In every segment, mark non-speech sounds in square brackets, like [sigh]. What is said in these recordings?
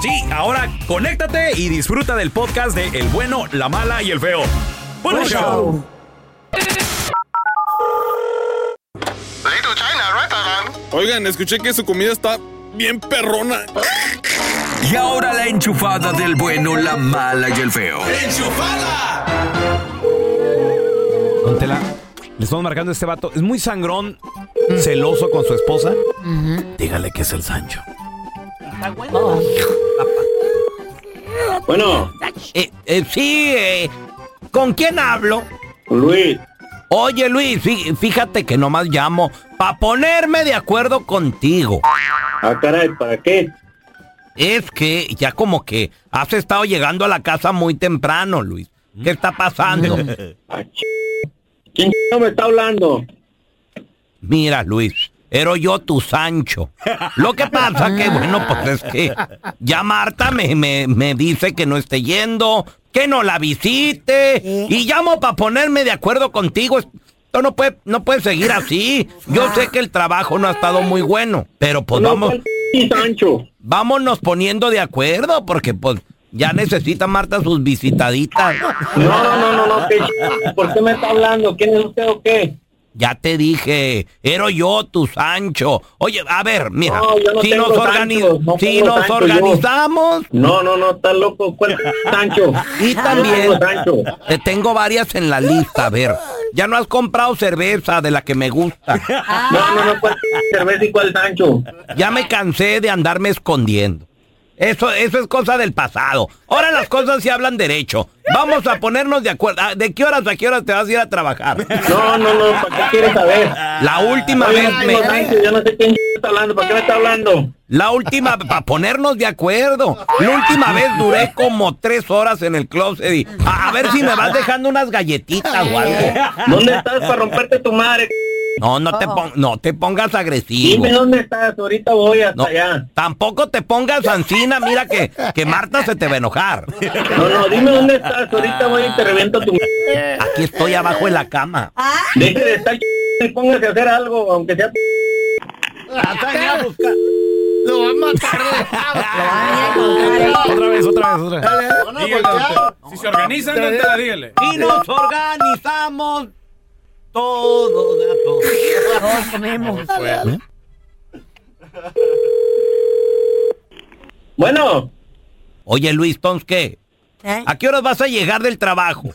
Sí, ahora conéctate y disfruta del podcast de El bueno, la mala y el feo. Buen Buen show. Oigan, escuché que su comida está bien perrona. Y ahora la enchufada del bueno, la mala y el feo. Don Tela, le estamos marcando a este vato. Es muy sangrón, celoso con su esposa. Dígale que es el Sancho. Bueno. Eh, eh, sí, eh, ¿con quién hablo? Luis. Oye, Luis, fí- fíjate que nomás llamo para ponerme de acuerdo contigo. Ah, caray, ¿para qué? Es que ya como que has estado llegando a la casa muy temprano, Luis. ¿Qué está pasando? Ah, ch- ¿Quién ch- me está hablando? Mira, Luis, era yo tu Sancho. Lo que pasa que, bueno, pues es que ya Marta me, me- me dice que no esté yendo, que no la visite, y llamo para ponerme de acuerdo contigo. Esto no puede, no puede seguir así. Yo sé que el trabajo no ha estado muy bueno, pero pues No, vamos, ¿cuál ch- Sancho. vámonos poniendo de acuerdo, porque pues ya necesita Marta sus visitaditas. No, no, no, no, no, ¿qué ch- ¿Por qué me está hablando? ¿Quién es usted o qué? Ya te dije, ero yo tu Sancho. Oye, a ver, mira, No, yo no si tengo nos, organi- Sancho, no si tengo nos Sancho organizamos, No, no, no, está loco. ¿Cuál ch- Sancho? y Yo también tengo Sancho. te tengo varias en la lista, a ver. Ya no has comprado cerveza de la que me gusta. No, no, no, ¿cuál ch- cerveza y cuál Sancho? Ya me cansé de andarme escondiendo. Eso, eso es cosa del pasado. Ahora las cosas se hablan derecho. Vamos a ponernos de acuerdo. Ah, ¿De qué horas a qué horas te vas a ir a trabajar? No, no, no, ¿para qué quieres saber? La última Oye, vez no me... tengo Sancho, yo no sé quién ch- está hablando. ¿Para qué me está hablando? La última, para ponernos de acuerdo. La última vez duré como tres horas en el closet y a, a ver si me vas dejando unas galletitas o algo. ¿Dónde estás para romperte tu madre? No, no te, pon- no te pongas agresivo. Dime dónde estás, ahorita voy hasta No, allá. tampoco te pongas ansina, mira que, que Marta se te va a enojar. No, no, dime dónde estás, ahorita voy y te reviento tu madre. Aquí estoy abajo en la cama. ¿Ah? Deje de estar ch- y póngase a hacer algo, aunque sea Lo va a matar. Otra vez, otra vez, otra vez. Si se organizan, don Tela, dígale. Y nos organizamos todo, gato. Bueno, Oye, Luis Tons, ¿qué? ¿Eh? ¿A qué horas vas a llegar del trabajo?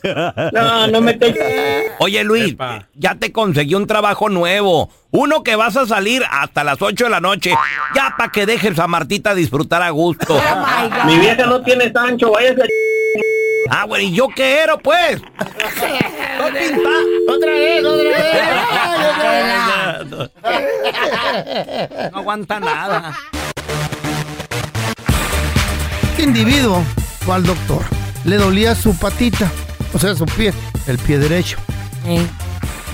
no, no me te... Oye Luis, Epa. ya te conseguí un trabajo nuevo. Uno que vas a salir hasta las 8 de la noche. Ya para que dejes a Martita disfrutar a gusto. Mi vieja no tiene Sancho, váyase a... Ah, güey, ¿y yo qué era, pues? No pinta. Otra vez, otra vez. Ay, otra vez. No aguanta nada. Este individuo fue al doctor. Le dolía su patita, o sea, su pie, el pie derecho.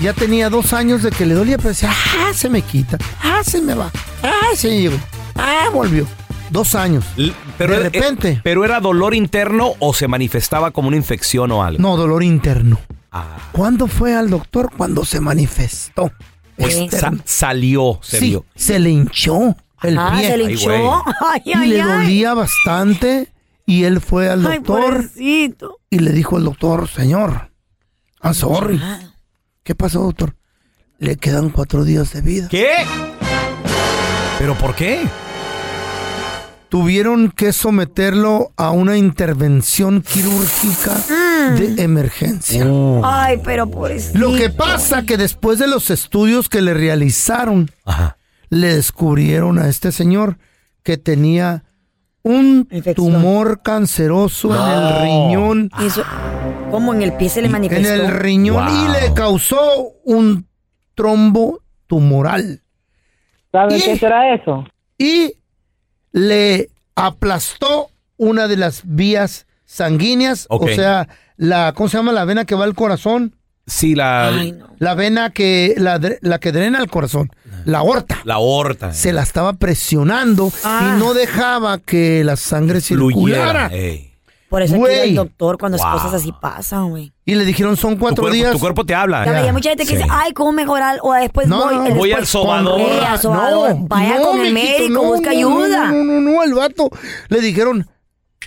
Ya tenía dos años de que le dolía, pero decía, ah, se me quita, ah, se me va, ah, se llegó, ah, volvió. Dos años. L- De e, era- repente. eh, pero era dolor interno o se manifestaba como una infección o algo. No, dolor interno. Ah, ¿Cuándo fue al doctor? Cuando se manifestó. pues sa- Externo. salió, se Sí, vio. se le hinchó el Ah, pie. se le Ay, hinchó. güey. Ay, ay, y le ay. dolía bastante. Y él fue al Ay, doctor. pobrecito. Y le dijo el doctor, señor, I'm sorry. ¿Qué pasó, doctor? Le quedan cuatro días de vida. ¿Qué? ¿Pero por qué? Tuvieron que someterlo a una intervención quirúrgica Mm. de emergencia. Uh, Ay, pero pobrecito. Lo que pasa que después de los estudios que le realizaron, Ajá. le descubrieron a este señor que tenía un Infección. tumor canceroso en el riñón. Y eso- ¿Cómo en el pie se Ah, le en manifestó? el riñón y le causó un trombo tumoral. ¿Sabe Y- qué será eso? Y le aplastó una de las vías sanguíneas, Ok. o sea, la, ¿cómo se llama? La vena que va al corazón, Sí, la, la vena que, la, dre- la que drena al corazón, la aorta. la aorta. Se la estaba presionando Ah. y no dejaba que la sangre circulara. fluyera. ey. Por eso aquí Güey. el doctor cuando Wow. las cosas así pasan, güey. Y le dijeron, son Tu cuatro cuerpo, días. tu cuerpo te habla. Ya Ya. veía mucha gente que Sí. dice, ay, ¿cómo mejorar? O después No, voy. no, el voy después- al sobador. Voy al sobador. Vaya con el mijito, médico, busca ayuda. No, no, no, el vato. Le dijeron,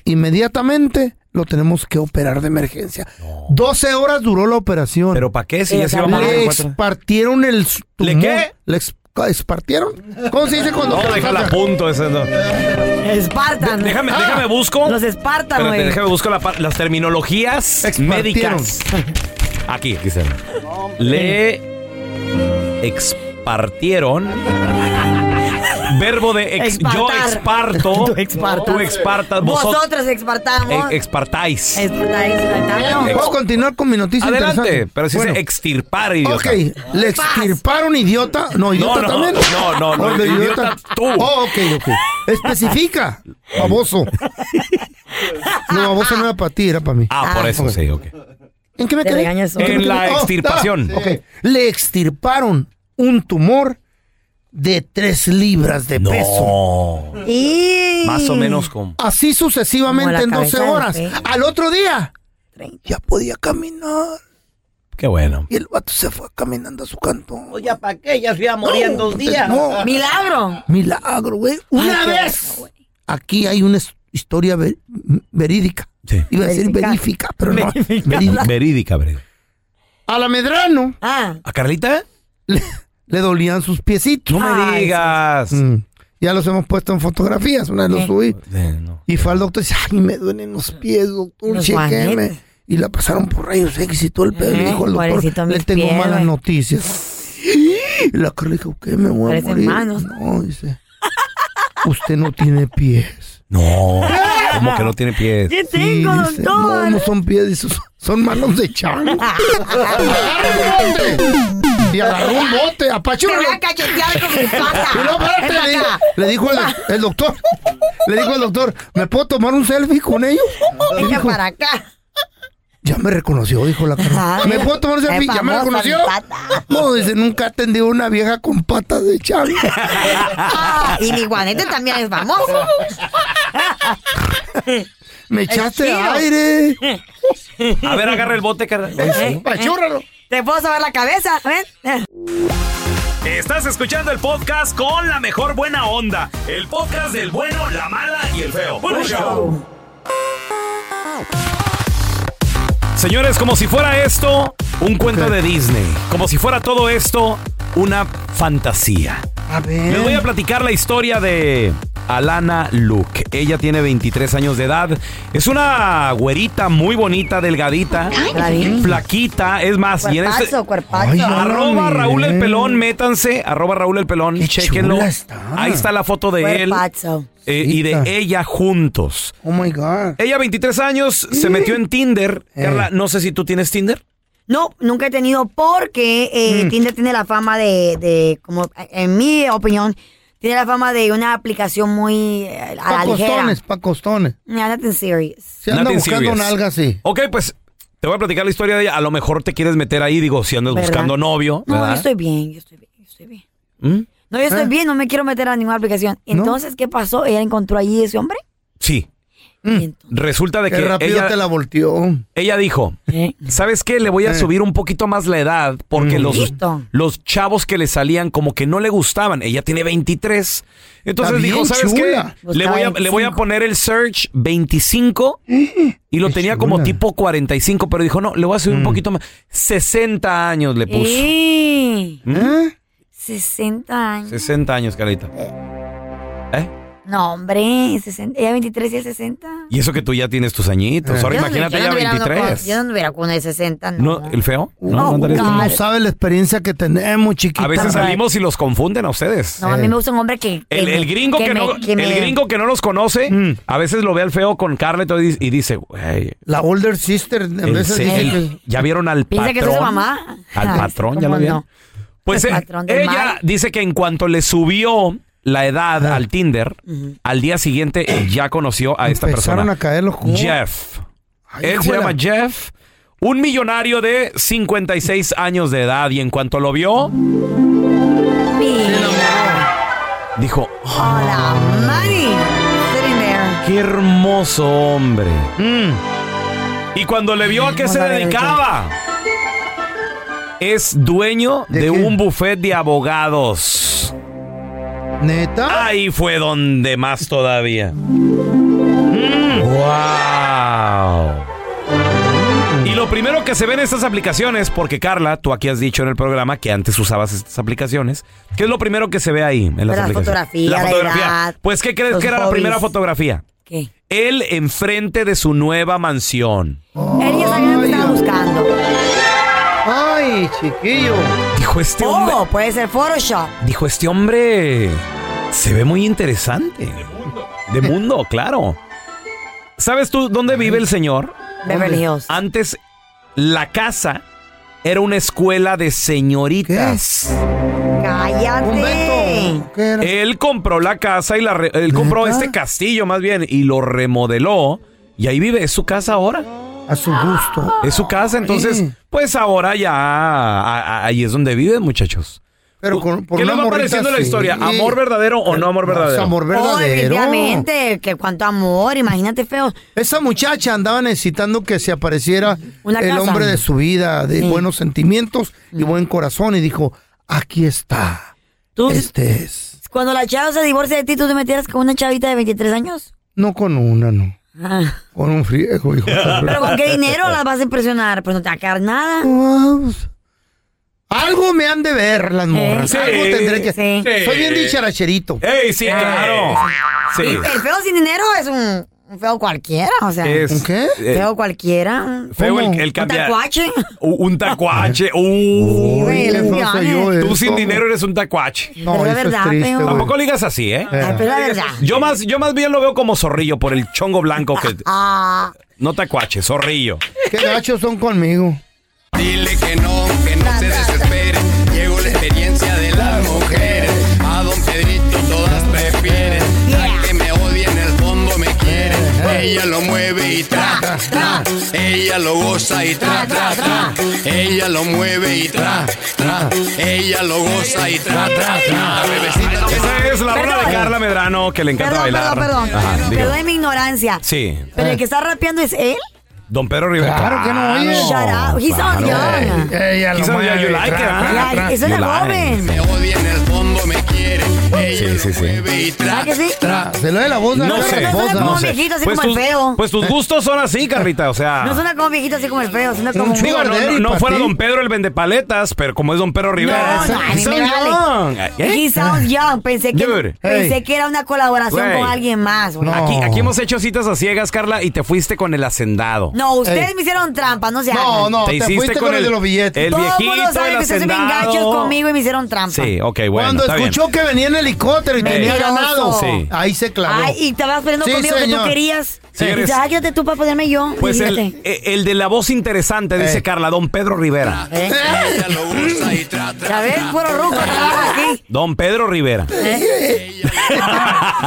inmediatamente lo tenemos que operar de emergencia. 12 horas duró la operación. ¿Pero para qué? Si ya se iba a pagar le en cuatro- expartieron el s- ¿Le tumor. qué? ¿Le ex- expartieron? ¿Cómo se dice cuando No, se déjala a saca? punto. Ese, no. Espartan. Déjame, Ah, déjame busco. Los Espartan, Espérate, güey. déjame busco la par- las terminologías Expartieron. médicas. Aquí, aquí está. Le expartieron. Verbo de ex- Expartar. yo [laughs] exparto. Tú expartas. Tú expartas. Vosotros Vosotros expartamos. expartáis. Expartáis, expartamos. ¿Puedo continuar con mi noticia Adelante, interesante? pero si Bueno, es extirpar, idiota. Ok, le extirparon idiota. No, idiota No, no, también. no, no, no, Oh, de idiota tú. Oh, ok, ok. [laughs] Especifica, baboso. No, baboso no era para ti, era para mí. Ah, por eso ok. sí, ok. ¿En qué me Te quedé? regañas qué me En la quedé? extirpación. ah, ok. Le extirparon un tumor de tres libras de peso. No. Y... Más o menos como. Así sucesivamente Como la en 12 cabeza de horas. fe. Al otro día Treinta. ya podía caminar. Qué bueno. Y el vato se fue caminando a su cantón. Oye, ¿para qué? Ya se iba a morir en dos días. No, Milagro. milagro, güey. Una qué vez. Aquí hay una his- historia ver- verídica. Sí. Iba a decir Verificada. verifica, pero no. Verídica, verídica. verídica. A la Medrano Ah, ¿A Carlita? le, le dolían sus piecitos. No me Ay, digas. Mm. Ya los hemos puesto en fotografías, una vez los Eh. subí. Eh, no. Y fue al doctor y dice, ay, me duelen los pies, doctor, Los chequeme. juanetes. Y la pasaron por rayos X y todo el pedo. Y Ay, dijo el pobrecito, doctor, le mis tengo pies, malas güey. noticias. Y la Carla dijo, ¿qué? Me voy a Parecen morir. manos. No, dice, usted no tiene pies. No, como que no tiene [laughs] pies. ¿qué Sí, tengo, dice, no, doctor? [laughs] Ah. no son pies, dice, son- son manos de chango. y agarró un bote, Te voy apachurro. a cachetear con mi [laughs] pata. Y luego, espérate, Ven le, para acá. le dijo [laughs] el, el doctor, le dijo el doctor, ¿me puedo tomar un selfie con ellos? Y Venga dijo, para acá. ya me reconoció, dijo la cara. Ajá. ¿Me puedo tomar un selfie? Es ¿Ya me famosa reconoció? mi pata. No, dice, nunca ha atendido a una vieja con patas de chavo. [laughs] Ah, y mi guanete también es famoso. Me echaste chido. [laughs] aire. A ver, agarra el bote, Carla. Pachúrralo. Te puedo saber la cabeza. ¿Ven? Estás escuchando el podcast con la mejor buena onda. El podcast del bueno, la mala y el feo. Bueno, show. Señores, como si fuera esto un cuento Ok. de Disney. Como si fuera todo esto una fantasía. A ver. Les voy a platicar la historia de Alana Luke. Ella tiene 23 años de edad. Es una güerita muy bonita, delgadita, La vi. flaquita. Es más, y en este- Cuerpazo, cuerpazo. Ay, ya. Arroba Ay, Raúl el miren. Pelón, métanse, arroba Raúl el Pelón, Qué chequenlo. chula está. Ahí está la foto de él Cuerpazo. eh, y de Cita. ella juntos. Oh my God. Ella, 23 años, Mm. se metió en Tinder. Eh. Carla, no sé si tú tienes Tinder. No, nunca he tenido porque eh, Mm. Tinder tiene la fama de, de, como en mi opinión, tiene la fama de una aplicación muy eh, a la Pa' ligera. costones, pa' costones. Yeah, nothing serious. Se anda Nothing buscando serious. nalgas, sí. Ok, pues te voy a platicar la historia de ella. A lo mejor te quieres meter ahí, digo, si andas ¿Verdad? buscando novio. No, ¿verdad? yo estoy bien, yo estoy bien, yo estoy bien. ¿Mm? No, yo estoy bien, no me quiero meter a ninguna aplicación. Entonces, ¿qué pasó? Ella encontró allí ese hombre. Sí. Mm. Y entonces, Resulta de Qué que rápido ella, te la volteó. ella dijo, ¿eh? ¿Sabes qué? Le voy a subir un poquito más la edad Mm. porque los, Poquito. los chavos que le salían como que no le gustaban. Ella tiene 23. Entonces Está dijo, bien ¿sabes chula. qué? Le Buscaba voy, a, le voy a 25. poner el search 25 y lo Qué tenía chula. Mm. como tipo 45, pero dijo, no, le voy a subir un poquito más. 60 años le puso. ¡Eh! ¿Eh? 60 años. 60 años, Carita. ¿Eh? No, hombre, 60. Ella 23 y ella 60. Y eso que tú ya tienes tus añitos. Eh. Ahora Yo no- imagínate yo no ya anduviera uno con- 23. Yo no anduviera con una de 60, no. ¿No? ¿El feo? No, No, no andarías con- God. No Pues sabe la experiencia que tenemos, chiquita. A veces Right. salimos y los confunden a ustedes. No, a mí me gusta un hombre que. que El, me- el gringo que, me- no, que el me- gringo que no los conoce, Mm. a veces lo ve al feo con Carla y, todo y- y dice, güey, La older sister a el veces se- dice el- que... ya vieron al Piensa patrón. que soy su mamá. Al Ay, patrón, ya ¿cómo lo vieron. no? Pues Al eh, patrón del ella mal. dice que en cuanto le subió la edad al Tinder, al día siguiente ya conoció a esta Empezaron persona. a caer los jugos. Jeff. Ay, Él se hijuela. llama Jeff, un millonario de 56 años de edad y en cuanto lo vio, Mira. dijo, Hola, Mari. Sitting there. ¡Qué hermoso hombre! Mm. Y cuando le vio a qué Vamos se a ver, dedicaba, es dueño ¿De de, qué? un buffet de abogados. ¿Neta? Ahí fue donde más todavía. Mm. ¡Wow! Y lo primero que se ve en estas aplicaciones, porque Carla, tú aquí has dicho en el programa que antes usabas estas aplicaciones, ¿qué es lo primero que se ve ahí en las Las aplicaciones? fotografías, La la fotografía. edad, pues, ¿qué crees los que era la primera hobbies. fotografía? ¿Qué? Él enfrente de su nueva mansión. Él ya sabía lo que estaba buscando. Ay, chiquillo. Dijo este hombre. Ojo, puede ser Photoshop. Dijo este hombre. Se ve muy interesante. De mundo. De mundo, claro. ¿Sabes tú dónde vive el señor? Beverly Hills. Ah. Antes, la casa era una escuela de señoritas. Un Cállate. Beto. ¿Qué era? Él compró la casa y la re- él compró ¿Neta? este castillo más bien y lo remodeló. Y ahí vive, es su casa ahora. A su gusto. Es su casa, entonces, Sí. pues ahora ya a- a- ahí es donde viven, muchachos. Pero con, por ¿Qué una les va morrita pareciendo la así. historia? ¿Amor verdadero o no amor Es verdadero? amor Oh, verdadero. definitivamente, que cuánto amor, imagínate feo. Esa muchacha andaba necesitando que se apareciera Una el casa. Mm. hombre de su vida, de buenos sentimientos y buen corazón. Y dijo, aquí está. Tú, Este es. cuando la chava se divorcia de ti, ¿tú te metieras con una chavita de 23 años? No con una, no. Ah. Con un friego, hijo. [laughs] ¿Pero con qué dinero las vas a impresionar? Pues no te va a quedar nada. Wow. Algo me han de ver las morras. Sí. Algo tendré que. Sí. Soy bien dicharacherito. ¡Ey, sí, claro! Y Sí. el feo sin dinero es un, un feo cualquiera, o sea. Es- ¿Un qué? eh, feo cualquiera. Un, feo el, ¿Cómo? el un cambiar. tacuache. U- Un tacuache. Uh, güey, Uy, qué los feo soy millones. yo, eh. tú sin ¿Cómo? dinero eres un tacuache. No, Pero es eso verdad, es triste, feo. güey. Tampoco le digas así, ¿eh? Ay, pero la verdad. Yo más, yo más bien lo veo como zorrillo por el chongo blanco que. Ah, No tacuache, zorrillo. Qué gachos son conmigo. Dile que no, que no se desespere. Llegó la experiencia de las mujeres. A don Pedrito todas prefieren. La que me odia en el fondo me quiere. Ella lo mueve y Eh, tra, tra, tra. Ella lo goza y tra, tra, tra. Ella lo mueve y tra, tra. Ella lo goza y tra, tra, tra. Bebecita, te- Esa es la rola de Perdón. Carla Medrano que le encanta perdón, bailar. perdón, perdón, Ajá, diga. Perdón de mi ignorancia. Sí. Pero el que está rapeando es él. Don Pedro Rivera. Claro que no, oye. Shut Oh, up. He's so young. Ella Quizás ya you like it, ¿ah? Ya, es una You lie. joven. me odia en el fondo me quiere. Ella Sí, sí, lo sí. mueve y tra, ¿Verdad que sí? tra. Se lo de la voz, No la sé. de la No voz, suena como no sé. viejito, así como el tus, feo. pues tus gustos son [laughs] así, Carlita, o sea. No suena como viejito, así como el feo, suena como Un Digo, no, Gardel no, y no fuera Patín. Don Pedro el vendepaletas, pero como es Don Pedro Rivera. No, no, a mí Son me young. vale. ¿Eh? He sounds young. Pensé que, Dude. Hey. pensé que era una colaboración Güey. con alguien más. güey. No. Aquí, aquí hemos hecho citas a ciegas, Carla, y te fuiste con el hacendado. No, ustedes Hey. me hicieron trampa, no se No, hagan. no, te, fuiste con, el de los billetes. el Todo viejito, mundo sabe el que ustedes se me hacendado. engachos conmigo y me hicieron trampa. Sí, ok, bueno. Cuando está bien. escuchó que venía en helicóptero y tenía Mentiroso. ganado, Sí. ahí se clavó. Ay, y te vas peleando Sí, conmigo que señor. tú querías. Sí, Y eres- dices, ay, quédate tú para ponerme yo. Pues el, Fíjate. e- el de la voz interesante, dice Eh. Carla, Don Pedro Rivera. ¿Eh? Ella lo goza y tra, tra. Ya ves, puro ruco trabaja aquí. Don Pedro Rivera. [laughs] Eh. [laughs]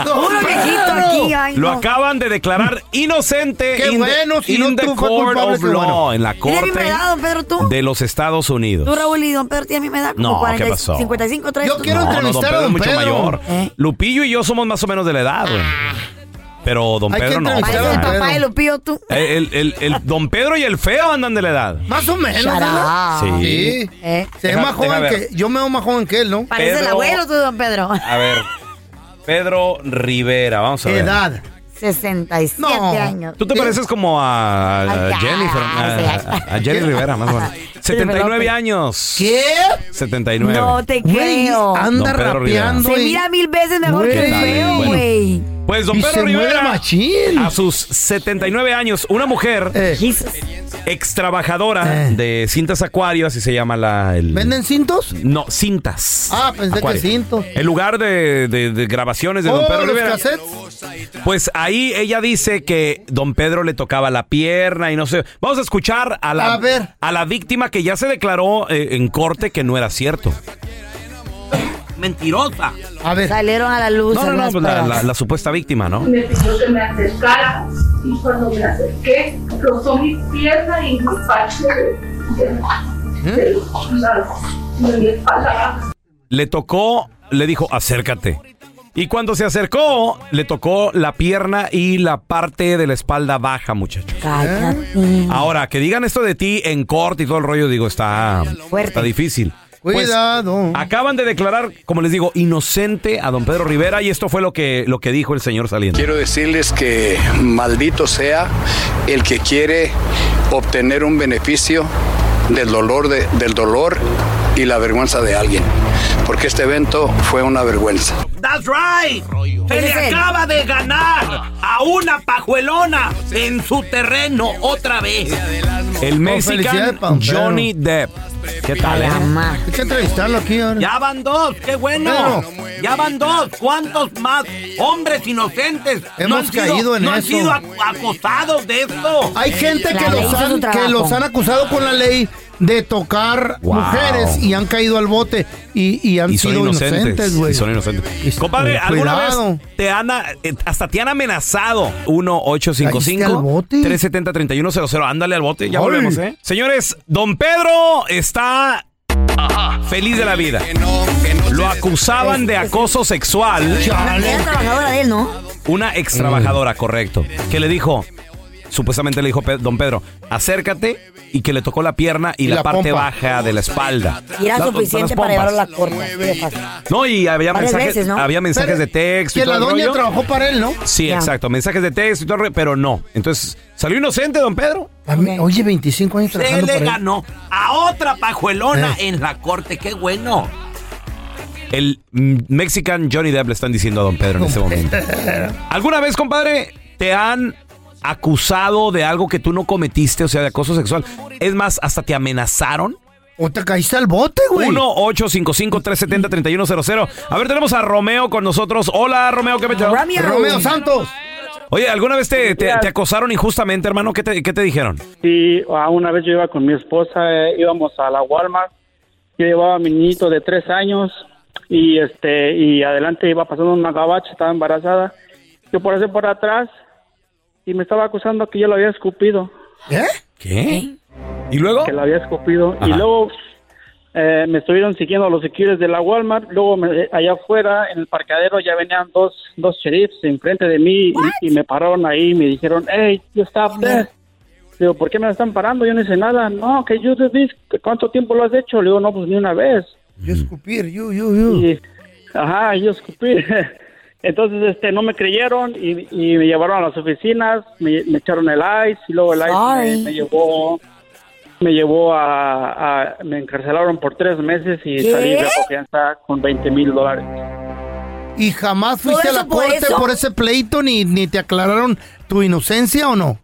No, Puro viejito claro. aquí, ay, Lo no. acaban de declarar inocente [laughs] Qué in the- bueno, si no in the tú fue court culpable, of qué law, bueno. en la ¿Tienes mi corte edad, don Pedro, tú? de los Estados Tú, Unidos. Raúl, y don Pedro tienen mi edad como No, ¿qué 40, pasó? 55, 30. Yo quiero No, no, entrevistar a don es mucho Pedro. Ah. mayor. ¿Eh? Lupillo y yo somos más o menos de la edad, güey. Pero don Hay que Pedro no. Eh, entrevistar Parece a el Pedro. papá de Lupillo, tú. El, el- el don Pedro y el feo andan de la edad. Más o menos, Shut ¿verdad? up. Sí. Eh. Se ve Deja- más joven deja que... ver. Yo me veo más joven que él, ¿no? Parece el Pedro- abuelo tú, don Pedro. [laughs] A ver. Pedro Rivera, vamos a ver. Edad. 67 No. años. Tú te pareces como a, a Ay, ya, Jennifer. A, o sea, a- a Jenny Rivera, más o menos. 79 años. ¿Qué? 79. No te Güey, creo. anda Don Pedro rapeando. Se y- mira mil veces mejor que el Güey. feo, Bueno. güey. Pues don y Pedro se mueve Rivera, Ah. machín. a sus 79 años, una mujer Eh, Jesus. ex trabajadora Eh. de cintas acuario, así se llama la. el- ¿Venden cintos? No, cintas. Ah, pensé que cintos. El lugar de, de- de grabaciones de Oh, Don Pedro los Rivera. cassettes. Pues ahí ella dice que Don Pedro le tocaba la pierna y no sé. Vamos a escuchar a la, A ver. a la víctima que ya se declaró eh, en corte que no era cierto. mentirosa. A ver, Salieron a la luz. No, no, no, algunas pues la, pruebas. la- la supuesta víctima, ¿no? me pidió que me acercara y cuando me acerqué rozó mi pierna y mi parte de, de- de la- de mi espalda baja. Le tocó, le dijo, acércate. Y cuando se acercó, le tocó la pierna y la parte de la espalda baja, muchachos. Cállate. Ahora, que digan esto de ti en corte y todo el rollo, digo, está, Fuerte. está difícil. Pues, cuidado. acaban de declarar, como les digo, inocente a don Pedro Rivera y esto fue lo que, lo que dijo el señor saliente. Quiero decirles que maldito sea el que quiere obtener un beneficio del dolor, de- del dolor y la vergüenza de alguien, porque este evento fue una vergüenza. That's right. Se Ese le es él. acaba de ganar a una pajuelona en su terreno otra vez. El felicidades, mexicano Pedro. Johnny Depp. ¿Qué tal, eh? Mamá. Hay que entrevistarlo aquí ahora. Ya van dos, qué bueno. Ya van dos. ¿Cuántos más hombres inocentes Hemos han sido- caído en no eso. han sido ac- acosados de esto? Hay gente La que ley los, hizo su han, que trabajo. los han acusado con la ley de tocar Wow. mujeres y han caído al bote y, y han Y son sido inocentes, inocentes. güey. y son inocentes. Y- Compadre, ¿alguna cuidado. vez te han, a- eh, hasta te han amenazado? 1-855-370-3100. ¿Caíste al bote? 370-3100. Ándale al bote, ya Ay. volvemos, ¿eh? Señores, don Pedro está feliz de la vida. Lo acusaban de acoso sexual. Era trabajadora de él, ¿no? Una ex Mm. trabajadora, correcto. Que le dijo, supuestamente le dijo Pe- don Pedro, acércate y que le tocó la pierna y, Y la, la parte pompa. baja de la espalda. Y era La- suficiente las para pompas. llevarlo a la corte. así de fácil. No, y había Varias mensajes, veces, ¿no? había mensajes Pero de texto. y Que todo la el doña rollo. trabajó para él, ¿no? Sí, Ya. exacto, mensajes de texto y todo el rollo, pero no. Entonces, ¿salió inocente don Pedro? A mí- Ok. Oye, 25 años Se trabajando le para él. ganó a otra pajuelona Eh. en la corte, qué bueno. El mm, Mexican Johnny Depp le están diciendo a don Pedro en este momento. ¿Alguna vez, compadre, te han acusado de algo que tú no cometiste, o sea, de acoso sexual? Es más, hasta te amenazaron. O te caíste al bote, güey. 1-855-370-3100. A ver, tenemos a Romeo con nosotros. Hola, Romeo, ¿qué me Romeo. Romeo Santos. Oye, ¿alguna vez te, te- te acosaron injustamente, hermano? ¿Qué te, qué te dijeron? Sí, ah, una vez yo iba con mi esposa, eh, íbamos a la Walmart, yo llevaba a mi niñito de tres años y este y adelante iba pasando una gabacha, estaba embarazada, yo por hacer por atrás y me estaba acusando que yo lo había escupido, ¿Eh? ¿Qué? ¿Y luego? que lo había escupido y Ajá. luego eh, me estuvieron siguiendo los securities de la Walmart, luego me- eh, allá afuera en el parqueadero ya venían dos dos sheriffs enfrente de mí y- y, me pararon ahí y me dijeron, hey, you stop there. Digo, ¿por qué me la están parando? Yo no hice nada. No, que yo te dije, ¿cuánto tiempo lo has hecho? Le digo, no, pues ni una vez. Yo escupir, yo, yo, yo. Y, ajá, yo escupí. [laughs] Entonces, este, no me creyeron y, y me llevaron a las oficinas, me, me echaron el ICE y luego el ICE Sorry. me, me llevó, me llevó a, a- me encarcelaron por tres meses y ¿Qué? salí de confianza con 20 mil dólares. Y jamás fuiste a ¿Todo la eso por corte eso? por ese pleito ni, ni te aclararon tu inocencia o no.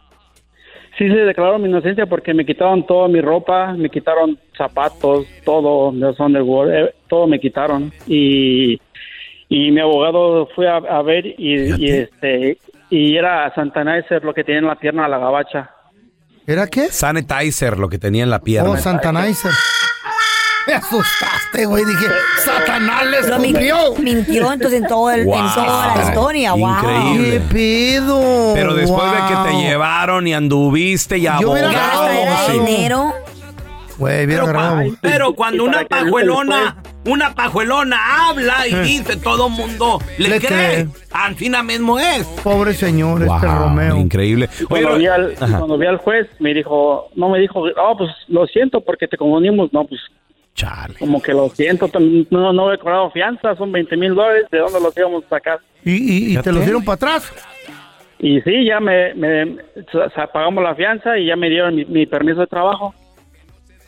Sí, se declaró mi inocencia porque me quitaron toda mi ropa, me quitaron zapatos, todo, los underwear, eh, todo me quitaron. Y, y mi abogado fue a, a ver y, y este y era Santanizer lo que tiene en la pierna a la gabacha. ¿Era qué? Sanitizer, lo que tenía en la pierna. Oh, Santanizer. Me asustaste, güey. Dije, Satanás le Lo min- escupió. mintió entonces en, todo el, en Wow. toda la historia. Wow. Increíble. ¿Qué pedo? Pero después Wow. de que te llevaron y anduviste y Yo hubiera abogado. Gasta, era Wow. dinero. Güey, bien Pero, agarrado. cua- pero cuando Y una para que nunca pajuelona, una [laughs] pajuelona habla y dice todo mundo le, Le cree. cree. Antina mismo es. Pobre señor, Wow, este Romeo. Increíble. Oye, Cuando, vi al, Ro- Ajá. cuando vi al juez, me dijo, no me dijo, oh, pues lo siento porque te confundimos. No, pues Chale. como que lo siento, tam- no, no he cobrado fianza, son 20 mil dólares, ¿de dónde los íbamos a sacar? ¿Y, y, y te Fíjate. los dieron para atrás? Y sí, ya me, me- sa- sa- pagamos la fianza y ya me dieron mi, mi permiso de trabajo.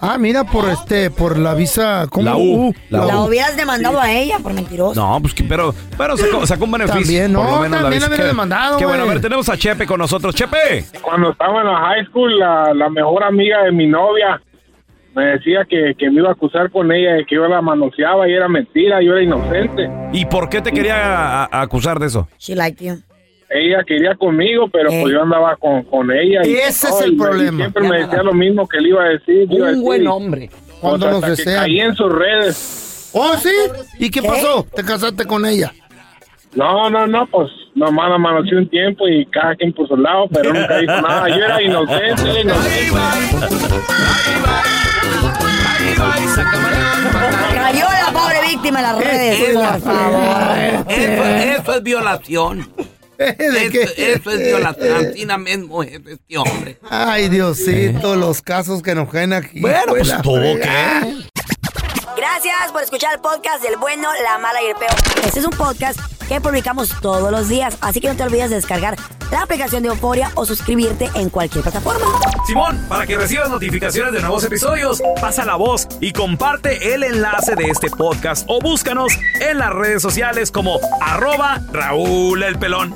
Ah, mira, por este, por la visa. ¿cómo? La U, la La hubieras demandado a ella por mentiroso. No, pues que- pero, pero sacó, sacó un beneficio. También, por no, lo menos la también vez. la hubiera Qué- demandado, Qué bueno, a güey. ver, tenemos a Chepe con nosotros. Chepe. cuando estaba en la high school, la, la mejor amiga de mi novia me decía que, que me iba a acusar con ella de que yo la manoseaba y era mentira, yo era inocente. ¿Y por qué te quería a- a- acusar de eso? She liked you. Ella quería conmigo, pero Ey. pues yo andaba con, con ella. Eh. Ese es todo, el me- problema. siempre Ya me nada. decía lo mismo que le iba a decir. le iba a decir. hombre. Cuando Pues, los hasta que desean. caí en sus redes. ¿Oh, sí? ¿Y qué pasó? ¿Te casaste con ella? [laughs] No, no, no, pues nomás la manoseé un tiempo y cada quien por su lado, pero nunca dijo nada. Yo era inocente, era inocente. Cayó la pobre víctima en las redes. Por favor. Eso, eso es violación. eso, eso es violación. Antina mismo es este hombre. Ay, Eh. Diosito, los casos que nos caen aquí. Bueno, pues, Hijuela, Ah. ¿tuvo fregada. Gracias por escuchar el podcast del bueno, la mala y el peor. Este es un podcast que publicamos todos los días, así que no te olvides de descargar la aplicación de Euforia o suscribirte en cualquier plataforma. Simón, para que recibas notificaciones de nuevos episodios, pasa la voz y comparte el enlace de este podcast o búscanos en las redes sociales como arroba Raúl el Pelón.